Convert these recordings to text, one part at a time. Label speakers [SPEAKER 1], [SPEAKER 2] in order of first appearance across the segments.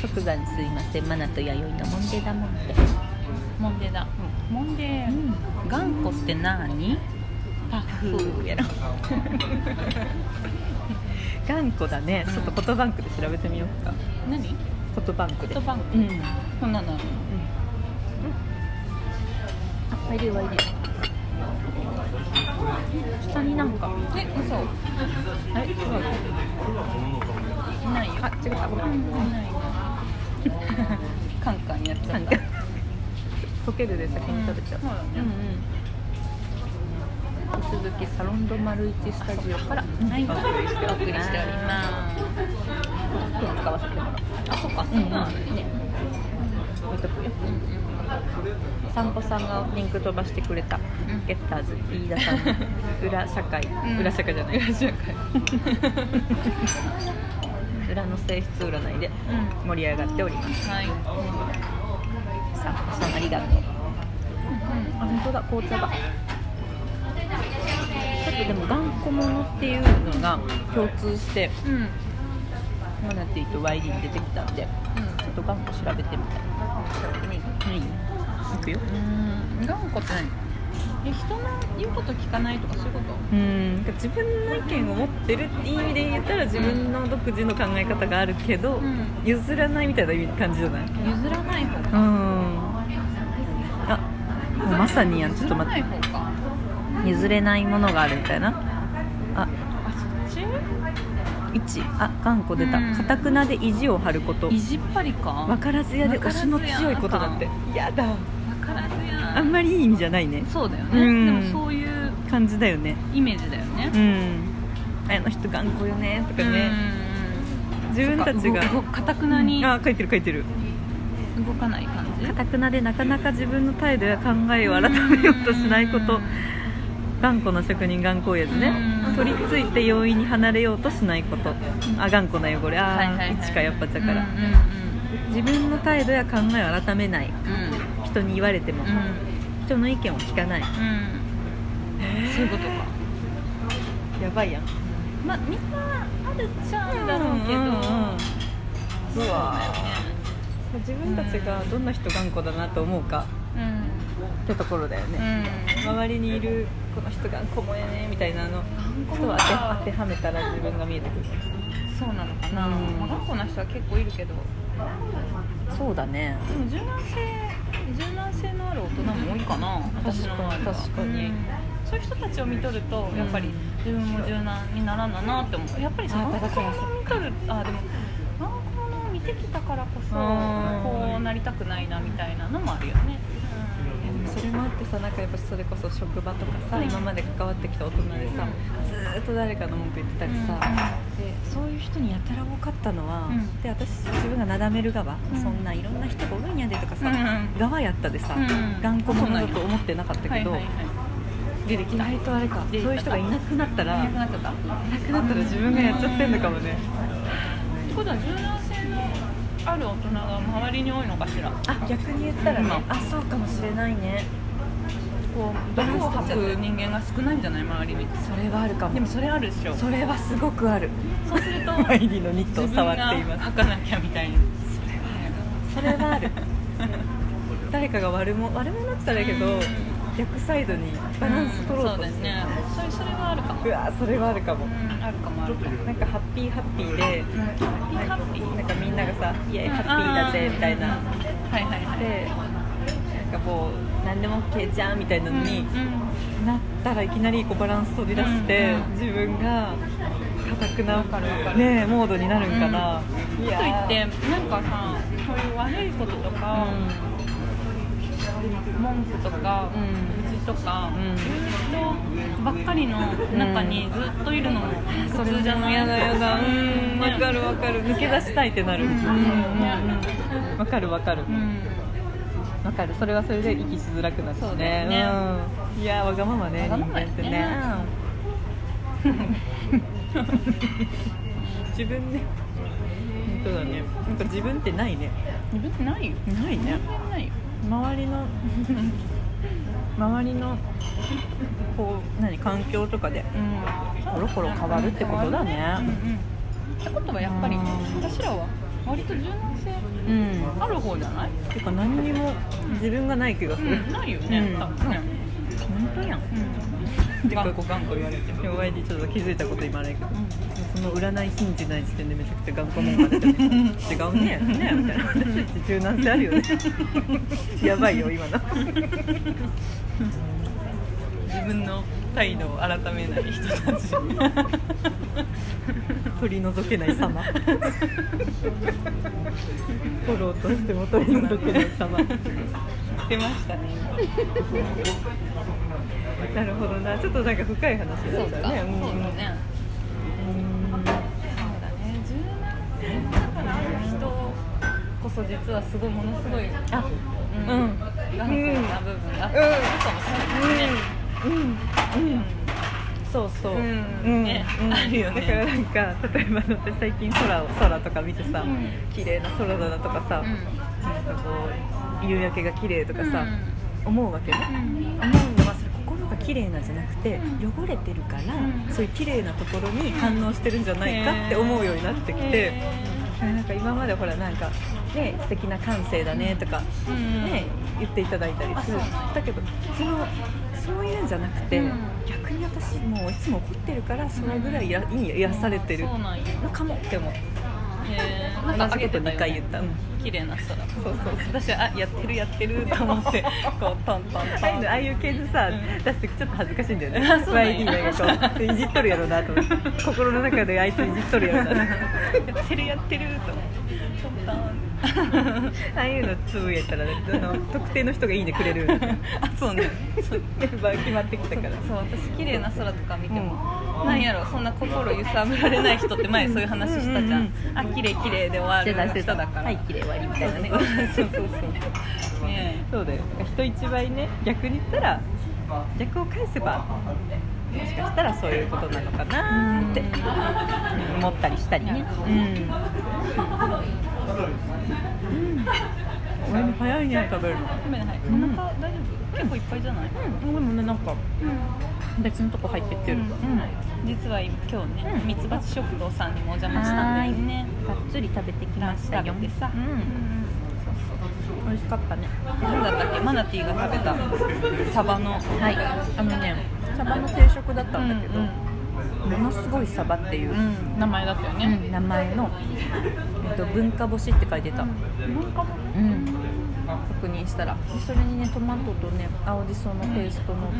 [SPEAKER 1] 即座にすいませんマナと弥生のモンデだもんって、
[SPEAKER 2] モンデだ、モンデ頑固って何パ
[SPEAKER 1] ふ
[SPEAKER 2] フ
[SPEAKER 1] うやろ頑固だねちょっと言葉バンクで調べてみようか
[SPEAKER 2] 何
[SPEAKER 1] 言葉バンク
[SPEAKER 2] フッ
[SPEAKER 1] で
[SPEAKER 2] トバンク、
[SPEAKER 1] うん、
[SPEAKER 2] こんなのある
[SPEAKER 1] あ入れる入れる下になんか
[SPEAKER 2] え嘘
[SPEAKER 1] あれ違う
[SPEAKER 2] いないよ
[SPEAKER 1] あ違ったごめん
[SPEAKER 2] いないなカンカンやっちゃ
[SPEAKER 1] な
[SPEAKER 2] っ
[SPEAKER 1] ん
[SPEAKER 2] た
[SPEAKER 1] か溶けるで先に食べちゃう、
[SPEAKER 2] うんそうだね
[SPEAKER 1] うんうん引き続きサロンド丸一スタジオから
[SPEAKER 2] は
[SPEAKER 1] お
[SPEAKER 2] い
[SPEAKER 1] 送りしてお
[SPEAKER 2] お送りしており
[SPEAKER 1] す
[SPEAKER 2] ます
[SPEAKER 1] 今日使わせてもらう
[SPEAKER 2] あそっかそううんなんだね
[SPEAKER 1] 置いとくよ散歩さんがリンク飛ばしてくれた、ゲッターズ飯田さんの裏社会、
[SPEAKER 2] ん
[SPEAKER 1] 裏社会じゃない裏社会裏の性質占いで
[SPEAKER 2] うん
[SPEAKER 1] 盛り上がっております
[SPEAKER 2] はい
[SPEAKER 1] 散歩さんありがとう
[SPEAKER 2] う
[SPEAKER 1] あ本当だ紅茶だちょっとでも頑固者っていうのが共通して
[SPEAKER 2] んうんうん
[SPEAKER 1] マナティーとワイリー出てきたんでちょっと頑固調べてみたはい行くよ
[SPEAKER 2] うん頑固って何え人の言うこと聞かないとかそういうこと
[SPEAKER 1] うん自分の意見を持ってるっていう意味で言ったら自分の独自の考え方があるけど、
[SPEAKER 2] うん
[SPEAKER 1] 譲らないみたいな意味感じじゃないうん
[SPEAKER 2] 譲らない方か
[SPEAKER 1] あもうまさにやんちょっ
[SPEAKER 2] 譲
[SPEAKER 1] と
[SPEAKER 2] らな
[SPEAKER 1] 待
[SPEAKER 2] い
[SPEAKER 1] って
[SPEAKER 2] 方か
[SPEAKER 1] 譲れないものがあるみたいなあ
[SPEAKER 2] あそっち
[SPEAKER 1] 一あ頑固出た
[SPEAKER 2] うん
[SPEAKER 1] かたくなで意地を張ること
[SPEAKER 2] 意地っぱりか
[SPEAKER 1] 分からずやで推しの強いことだってやだ
[SPEAKER 2] 分からず
[SPEAKER 1] あ
[SPEAKER 2] や
[SPEAKER 1] んまりいい意味じゃないね
[SPEAKER 2] そうだよね、
[SPEAKER 1] うん
[SPEAKER 2] でもそういう
[SPEAKER 1] 感じだよね
[SPEAKER 2] イメージだよね
[SPEAKER 1] う、んあの人頑固よねとかね自分たちが
[SPEAKER 2] そっか動かたくなに
[SPEAKER 1] あ書いてる書いてる
[SPEAKER 2] 動かない感じ
[SPEAKER 1] かたくなでなかなか自分の態度や考えを改めようとしないこと頑固な職人頑固親父ね
[SPEAKER 2] うん
[SPEAKER 1] 取り付いて容易に離れようとしないことあ頑固な汚れあ
[SPEAKER 2] はいはい
[SPEAKER 1] ー
[SPEAKER 2] はい
[SPEAKER 1] 一かやっぱだ
[SPEAKER 2] だ
[SPEAKER 1] から自分の態度や考えを改めない
[SPEAKER 2] うんうん
[SPEAKER 1] 人に言われても
[SPEAKER 2] うん
[SPEAKER 1] 人の意見を聞かない
[SPEAKER 2] うんうんそういうことか
[SPEAKER 1] やばいやん
[SPEAKER 2] まあみんなあるっちゃあるだ
[SPEAKER 1] だ
[SPEAKER 2] ろ
[SPEAKER 1] ろ
[SPEAKER 2] う
[SPEAKER 1] う
[SPEAKER 2] け
[SPEAKER 1] け
[SPEAKER 2] ど、
[SPEAKER 1] ど
[SPEAKER 2] そうだよ
[SPEAKER 1] 自分たちがどんな人頑固だなと思うか
[SPEAKER 2] ね
[SPEAKER 1] ってところだよ
[SPEAKER 2] うんう
[SPEAKER 1] ね
[SPEAKER 2] ん
[SPEAKER 1] 周りにいるこの人頑固もやねみたいなの
[SPEAKER 2] 頑固
[SPEAKER 1] 人を
[SPEAKER 2] 者
[SPEAKER 1] 当て
[SPEAKER 2] か
[SPEAKER 1] 当てはめたら自分が見えてくる
[SPEAKER 2] そうなのかな、
[SPEAKER 1] うん
[SPEAKER 2] まあ頑固な人は結構いるけど
[SPEAKER 1] そうだね
[SPEAKER 2] でも柔軟性柔軟性のある大人も多いかな私の周りは
[SPEAKER 1] 確かに
[SPEAKER 2] うんそういう人たちを見とると
[SPEAKER 1] うん
[SPEAKER 2] やっぱり自分も柔軟にならんだなって思うやっぱりさ
[SPEAKER 1] あ
[SPEAKER 2] 頑
[SPEAKER 1] 私
[SPEAKER 2] 固
[SPEAKER 1] も
[SPEAKER 2] 者を見とるあでも頑固者を見てきたからこそ
[SPEAKER 1] うん
[SPEAKER 2] こうなりたくないなみたいなのもあるよね
[SPEAKER 1] いやでもそれもあってさなんかやっぱそれこそ職場とかさ、
[SPEAKER 2] うん
[SPEAKER 1] 今まで関わってきた大人でさ、ずーっと誰かの文句言ってたりさ、でそういう人にやたら多かったのは、
[SPEAKER 2] うん
[SPEAKER 1] で私自分がなだめる側、
[SPEAKER 2] うん
[SPEAKER 1] そんないろんな人がおるんやでとかさ、
[SPEAKER 2] うん
[SPEAKER 1] 側やったでさ、
[SPEAKER 2] うん
[SPEAKER 1] 頑固者だと思ってなかった
[SPEAKER 2] は
[SPEAKER 1] け
[SPEAKER 2] い
[SPEAKER 1] ど、
[SPEAKER 2] はいはい
[SPEAKER 1] 出てきた意外とあれかそう
[SPEAKER 2] 出てきた
[SPEAKER 1] いう人がいなくなったら
[SPEAKER 2] い
[SPEAKER 1] いな
[SPEAKER 2] なくなっちゃったっ
[SPEAKER 1] くなったら自分がやっちゃってんのかもね、
[SPEAKER 2] てことは柔軟性のある大人が周りに多いのかしら
[SPEAKER 1] あ逆に言ったらね、
[SPEAKER 2] うん
[SPEAKER 1] あそうかもしれないねこうバラン
[SPEAKER 2] 毒を
[SPEAKER 1] ス
[SPEAKER 2] 吐
[SPEAKER 1] 取っちゃっ
[SPEAKER 2] く
[SPEAKER 1] て
[SPEAKER 2] 人間が少ないんじゃない周りに
[SPEAKER 1] それはあるかも
[SPEAKER 2] でもそれあるでしょ
[SPEAKER 1] それはすごくあ る
[SPEAKER 2] そうすると
[SPEAKER 1] ワイリーのニットを
[SPEAKER 2] 自分
[SPEAKER 1] 触
[SPEAKER 2] が
[SPEAKER 1] っています
[SPEAKER 2] 吐かなきゃみたいな
[SPEAKER 1] それはある 誰かが悪者悪者って言ったらいいけど、
[SPEAKER 2] うん
[SPEAKER 1] 逆サイドにバランス取ろう
[SPEAKER 2] そう
[SPEAKER 1] と
[SPEAKER 2] だ
[SPEAKER 1] す
[SPEAKER 2] よ
[SPEAKER 1] る、
[SPEAKER 2] ねそれそれはあるかも
[SPEAKER 1] うわそれはあるかも
[SPEAKER 2] うんあるかもあるかも
[SPEAKER 1] なんかハッピーハッピーで、
[SPEAKER 2] ハッピーハッピー
[SPEAKER 1] なんかみんながさ「イエイハッピーだぜ」みたいな
[SPEAKER 2] はいはいはい
[SPEAKER 1] でなんかこう何でも OK じゃんみたいなのに、
[SPEAKER 2] うんうん
[SPEAKER 1] なったらいきなりこうバランス飛び出して、
[SPEAKER 2] うんうん
[SPEAKER 1] 自分が硬くなる
[SPEAKER 2] かるわかる
[SPEAKER 1] ねえモードになるんかな、い
[SPEAKER 2] かとい
[SPEAKER 1] やー
[SPEAKER 2] ってなんかさそういう悪いこととか、文句とか、
[SPEAKER 1] うん
[SPEAKER 2] 愚痴とか、
[SPEAKER 1] うん
[SPEAKER 2] そういう人ばっかりの中にずっといるのも
[SPEAKER 1] そ
[SPEAKER 2] 普
[SPEAKER 1] れ
[SPEAKER 2] 通じゃない、
[SPEAKER 1] やだやだうんわかるわかる抜け出したいってなる
[SPEAKER 2] う
[SPEAKER 1] うんんうんわかるわかる
[SPEAKER 2] うん
[SPEAKER 1] わかるそれはそれで息しづらくなるし
[SPEAKER 2] そうだよ
[SPEAKER 1] ねうんいやわがままね
[SPEAKER 2] わがままやね
[SPEAKER 1] 人間うん 自分ね本当だねなんか自分ってないね
[SPEAKER 2] 自分ってないよ
[SPEAKER 1] ないね
[SPEAKER 2] 全然ないよ
[SPEAKER 1] 周りの 周りのこう何環境とかで
[SPEAKER 2] うん
[SPEAKER 1] コロコロ変わるってことだね
[SPEAKER 2] うんうんってことはやっぱり
[SPEAKER 1] うん
[SPEAKER 2] 私らは割と柔軟性
[SPEAKER 1] うん
[SPEAKER 2] ある方じゃない、
[SPEAKER 1] てか何にも自分がない気がする、
[SPEAKER 2] ないよね、
[SPEAKER 1] うん
[SPEAKER 2] 多分ね、
[SPEAKER 1] 本当やん
[SPEAKER 2] うん、頑固頑固言われてる、
[SPEAKER 1] でも前にちょっと気づいたこと今あれやけど
[SPEAKER 2] うん
[SPEAKER 1] その占い信じない時点でめちゃくちゃ頑固もんまで違うねねみたいな私たち柔軟性ある よねやばいよ今の
[SPEAKER 2] 自分の態度を改めない人たち
[SPEAKER 1] 取り除けない様フォローとしても取り除けない様
[SPEAKER 2] 出ましたね
[SPEAKER 1] なるほどなちょっとなんか深い話だ
[SPEAKER 2] そう
[SPEAKER 1] った
[SPEAKER 2] か、
[SPEAKER 1] ねん
[SPEAKER 2] そうだねそうだね柔軟性だからある人こそ実はすごいものすごいあうん、
[SPEAKER 1] うん
[SPEAKER 2] 頑固な部分があったりするかもしれないね、
[SPEAKER 1] うんうんそうそう、
[SPEAKER 2] うんねあるよね
[SPEAKER 1] だからなんか例えば私最近空を空とか見てさ、
[SPEAKER 2] うん
[SPEAKER 1] 綺麗な空だなとかさ、
[SPEAKER 2] うん
[SPEAKER 1] なんかこう夕焼けが綺麗とかさ、思うわけね、
[SPEAKER 2] うん
[SPEAKER 1] 思うのはそれ心が綺麗なんじゃなくて
[SPEAKER 2] う
[SPEAKER 1] 汚れてるから、
[SPEAKER 2] うん
[SPEAKER 1] そういう綺麗なところに反応してるんじゃないかって思うようになってきて、
[SPEAKER 2] へ
[SPEAKER 1] なんか今までほらなんかね素敵な感性だねとか、
[SPEAKER 2] ーうん
[SPEAKER 1] ね言っていただいたりする
[SPEAKER 2] あそうなん
[SPEAKER 1] だけどそのそういうんじゃなくて、
[SPEAKER 2] うん
[SPEAKER 1] 逆に私もういつも怒ってるからそれぐらいやいい癒されてる
[SPEAKER 2] そうなんよ
[SPEAKER 1] のかもって思う
[SPEAKER 2] へー
[SPEAKER 1] 同じこと
[SPEAKER 2] 上げてたよね
[SPEAKER 1] 2回言った、うん
[SPEAKER 2] 綺麗な人だ
[SPEAKER 1] そうそう
[SPEAKER 2] 私はあやってるやってると思ってこうトントン
[SPEAKER 1] あ
[SPEAKER 2] ト
[SPEAKER 1] あいう
[SPEAKER 2] ン
[SPEAKER 1] のああいう系でさ、
[SPEAKER 2] うん
[SPEAKER 1] 出す時ちょっと恥ずかしいんだよね
[SPEAKER 2] あそうなん
[SPEAKER 1] YD
[SPEAKER 2] や
[SPEAKER 1] なんかこういじっとるやろなと思って心の中であいついじっとるやろな
[SPEAKER 2] やってるやってると思ってトントン
[SPEAKER 1] ああいうのつぶやいたら、ね、あの特定の人がいいねくれるメ
[SPEAKER 2] あそうねそう
[SPEAKER 1] ンバー決まってきたから
[SPEAKER 2] そう私綺麗な空とか見ても、なんやろそんな心揺さぶられない人って前そういう話したじゃ
[SPEAKER 1] う
[SPEAKER 2] ん、
[SPEAKER 1] んうん
[SPEAKER 2] あ綺麗綺麗で終わる人だから
[SPEAKER 1] はい綺麗終わりみたいなね
[SPEAKER 2] そうそうそうね
[SPEAKER 1] そうだよ人一倍ね逆に言ったら逆を返せばもしかしたらそういうことなのかなーって思ったりしたりねうん、俺も早いね食べるの
[SPEAKER 2] えごめんねはいお
[SPEAKER 1] うん
[SPEAKER 2] 腹大丈夫結構いっぱいじゃな
[SPEAKER 1] う
[SPEAKER 2] い、
[SPEAKER 1] んでもねなんか別のとこ入ってって
[SPEAKER 2] う
[SPEAKER 1] る、
[SPEAKER 2] ん実は今日ね、
[SPEAKER 1] うん
[SPEAKER 2] ミツバチ食堂さんにもお邪魔したんだよね
[SPEAKER 1] がっつり食べてき
[SPEAKER 2] ランチ食べてさ、
[SPEAKER 1] うん美味しかったね
[SPEAKER 2] なんだったっけマナティーが食べたサバの
[SPEAKER 1] はいあのねサバの定食だったんだけど、
[SPEAKER 2] うん
[SPEAKER 1] ものすごいサバっていう、
[SPEAKER 2] うん名前だったよね、
[SPEAKER 1] 名前の、えっと、文化干しって書いてた、
[SPEAKER 2] 文化もね
[SPEAKER 1] うん確認したらでそれにねトマトとね青じそのペーストの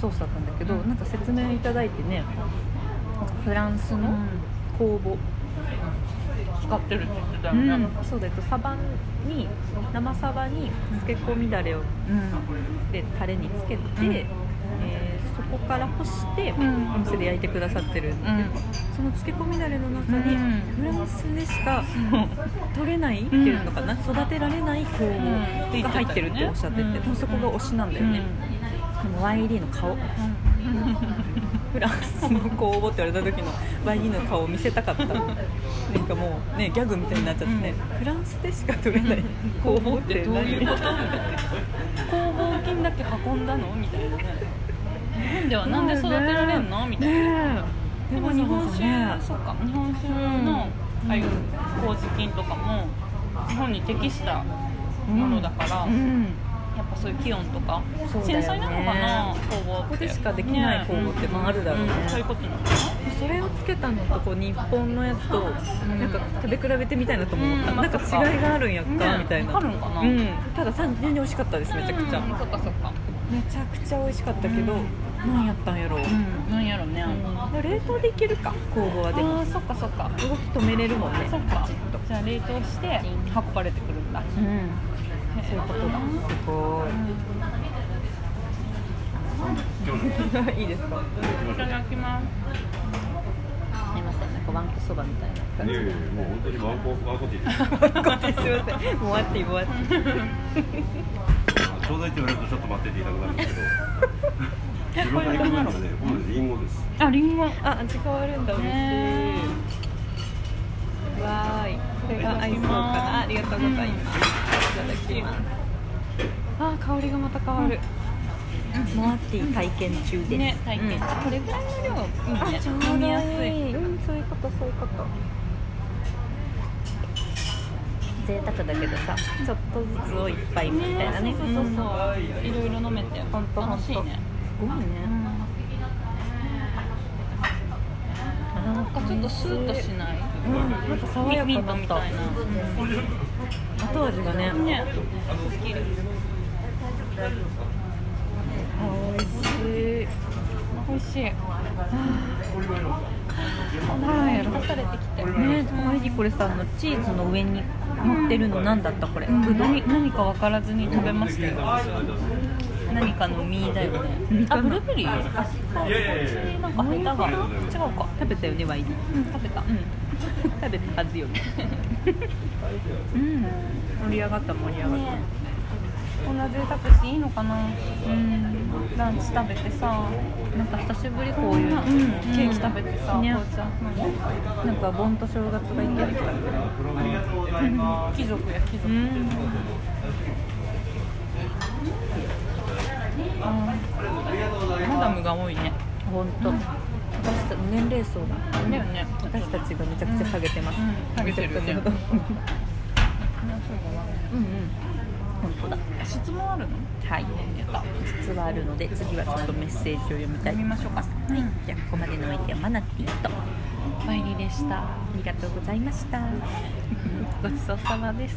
[SPEAKER 1] ソースだったんだけど、
[SPEAKER 2] うん
[SPEAKER 1] なんか説明いただいてねなんかフランス
[SPEAKER 2] うん
[SPEAKER 1] の酵母、
[SPEAKER 2] 使ってるって言ってたよ
[SPEAKER 1] う
[SPEAKER 2] ね、
[SPEAKER 1] んそうだけどサバに生サバに漬け込みだれをでタレにつけて、
[SPEAKER 2] うん
[SPEAKER 1] えーそこから干して、
[SPEAKER 2] ん
[SPEAKER 1] お店で焼いてくださってる、その漬け込みだれの中に、
[SPEAKER 2] うん
[SPEAKER 1] フランスでしか
[SPEAKER 2] うん
[SPEAKER 1] 取れないっていうのかな、育てられない酵
[SPEAKER 2] うん
[SPEAKER 1] 母が入ってるっておっしゃってて、
[SPEAKER 2] うん
[SPEAKER 1] でもそこが推しなんだ
[SPEAKER 2] う
[SPEAKER 1] よ
[SPEAKER 2] ん
[SPEAKER 1] ね、この YD の顔フランスの酵母って言われた時の YD の顔を見せたかったなんかもうねギャグみたいになっちゃってね、フランスでしか取れない酵母って
[SPEAKER 2] どう
[SPEAKER 1] 何
[SPEAKER 2] いうことみたいな工房金だけ運んだのみたいなね日本ではなんで育てられんのみたい
[SPEAKER 1] ね
[SPEAKER 2] な、
[SPEAKER 1] え
[SPEAKER 2] でも日本酒、
[SPEAKER 1] ね
[SPEAKER 2] そっか日本酒のああいう麹菌とかも日本に適したものだから、
[SPEAKER 1] うん
[SPEAKER 2] やっぱそういう気温とか、
[SPEAKER 1] そうだよね
[SPEAKER 2] 繊細なのかな工房っ
[SPEAKER 1] こ
[SPEAKER 2] て
[SPEAKER 1] こでしかできない酵母ってまああるだろうね
[SPEAKER 2] んそういうことなのか
[SPEAKER 1] それをつけたのとこう日本のやつと
[SPEAKER 2] ん
[SPEAKER 1] なんか食べ比べてみたいなとも思った、
[SPEAKER 2] うん
[SPEAKER 1] なんか違いがあるんやっ
[SPEAKER 2] な、
[SPEAKER 1] かみたいな、
[SPEAKER 2] わかるんかな、
[SPEAKER 1] うん、ただ単純に美味しかったですめちゃくちゃ、
[SPEAKER 2] うんそっかそっか
[SPEAKER 1] めちゃくちゃ美味しかったけど、
[SPEAKER 2] うん
[SPEAKER 1] なんやったんやろう、
[SPEAKER 2] うんなんやろね、
[SPEAKER 1] 冷凍でいけるか酵母はでも
[SPEAKER 2] ああそっかそっか
[SPEAKER 1] 動き止めれるもんね
[SPEAKER 2] そっかじゃあ冷凍して運ばれてくるんだ
[SPEAKER 1] うん
[SPEAKER 2] そういうことだ
[SPEAKER 1] すごいいいですか
[SPEAKER 2] いただきます
[SPEAKER 1] すいませんなんかわんこそばみたいな感
[SPEAKER 3] い
[SPEAKER 1] じ
[SPEAKER 3] やいやもう本当にワンコワンコって 言ってる
[SPEAKER 1] すいませんもわってもわって
[SPEAKER 3] ちょうどいいって言われるとちょっと待ってていたくなるんですけど自分が行く中で今度リンゴです
[SPEAKER 2] あリンゴ
[SPEAKER 1] あ味変わるんだ嬉しい
[SPEAKER 2] ね
[SPEAKER 1] わーいこれがアイスそうかなありがとうございます、いただきます
[SPEAKER 2] あ香りがまた変わる、
[SPEAKER 1] モアティ体験中です
[SPEAKER 2] ね体験、これぐらいの量いいね飲みやすい
[SPEAKER 1] うんそういうことそういうこと贅沢だけどさちょっとずつをいっぱいみたいなね
[SPEAKER 2] そうそうそうそういろいろ飲めて
[SPEAKER 1] 本当
[SPEAKER 2] 楽しいね
[SPEAKER 1] すごいね、
[SPEAKER 2] なんかちょっとスーッとしない
[SPEAKER 1] うん、なんか爽やか
[SPEAKER 2] ミ
[SPEAKER 1] だ
[SPEAKER 2] ント
[SPEAKER 1] っ
[SPEAKER 2] み
[SPEAKER 1] た
[SPEAKER 2] たいな
[SPEAKER 1] 後味がね
[SPEAKER 2] ねすっきり
[SPEAKER 1] あ美味しい
[SPEAKER 2] 美味しい
[SPEAKER 1] なんやろ
[SPEAKER 2] 出されてきて
[SPEAKER 1] ねマイジこれさあのチーズの上に乗ってるの何だったこれ、
[SPEAKER 2] うん
[SPEAKER 1] ぶどう
[SPEAKER 2] 何何か分からずに食べましたよ何かの実だよねあブルーベリーあ
[SPEAKER 3] いやいやいやいや
[SPEAKER 2] なんか入ったか
[SPEAKER 3] どういうこ
[SPEAKER 2] 違う
[SPEAKER 3] と
[SPEAKER 2] か
[SPEAKER 1] 食べたよねワイン
[SPEAKER 2] うん食べた
[SPEAKER 1] うん食べたはずよねうん盛り上がった盛り上がっ
[SPEAKER 2] ねこんな贅沢していいのかな
[SPEAKER 1] た、うん
[SPEAKER 2] ランチ食べてさ
[SPEAKER 1] なんか久しぶりこういうの、
[SPEAKER 2] うんケーキ食べてさ
[SPEAKER 1] ね
[SPEAKER 2] 紅茶飲んで
[SPEAKER 1] なんか盆と正月がいけるから
[SPEAKER 2] 貴族や貴族
[SPEAKER 1] うん
[SPEAKER 2] マダムが多いね
[SPEAKER 1] 本当、私た年齢層が
[SPEAKER 2] だよね
[SPEAKER 1] 私たちがめちゃくちゃ下げてます、
[SPEAKER 2] うんうん下げてるよ
[SPEAKER 1] め
[SPEAKER 2] ね
[SPEAKER 1] ちゃくちゃ下げてますうんうん本当だ
[SPEAKER 2] 質問あるの
[SPEAKER 1] はい
[SPEAKER 2] やった
[SPEAKER 1] 実はあるので次はちょっとメッセージを読みたいと思いますはい、じゃあここまでのお相手はマナティーとあ
[SPEAKER 2] バイリでした
[SPEAKER 1] りがとうございました
[SPEAKER 2] ごちそうさまです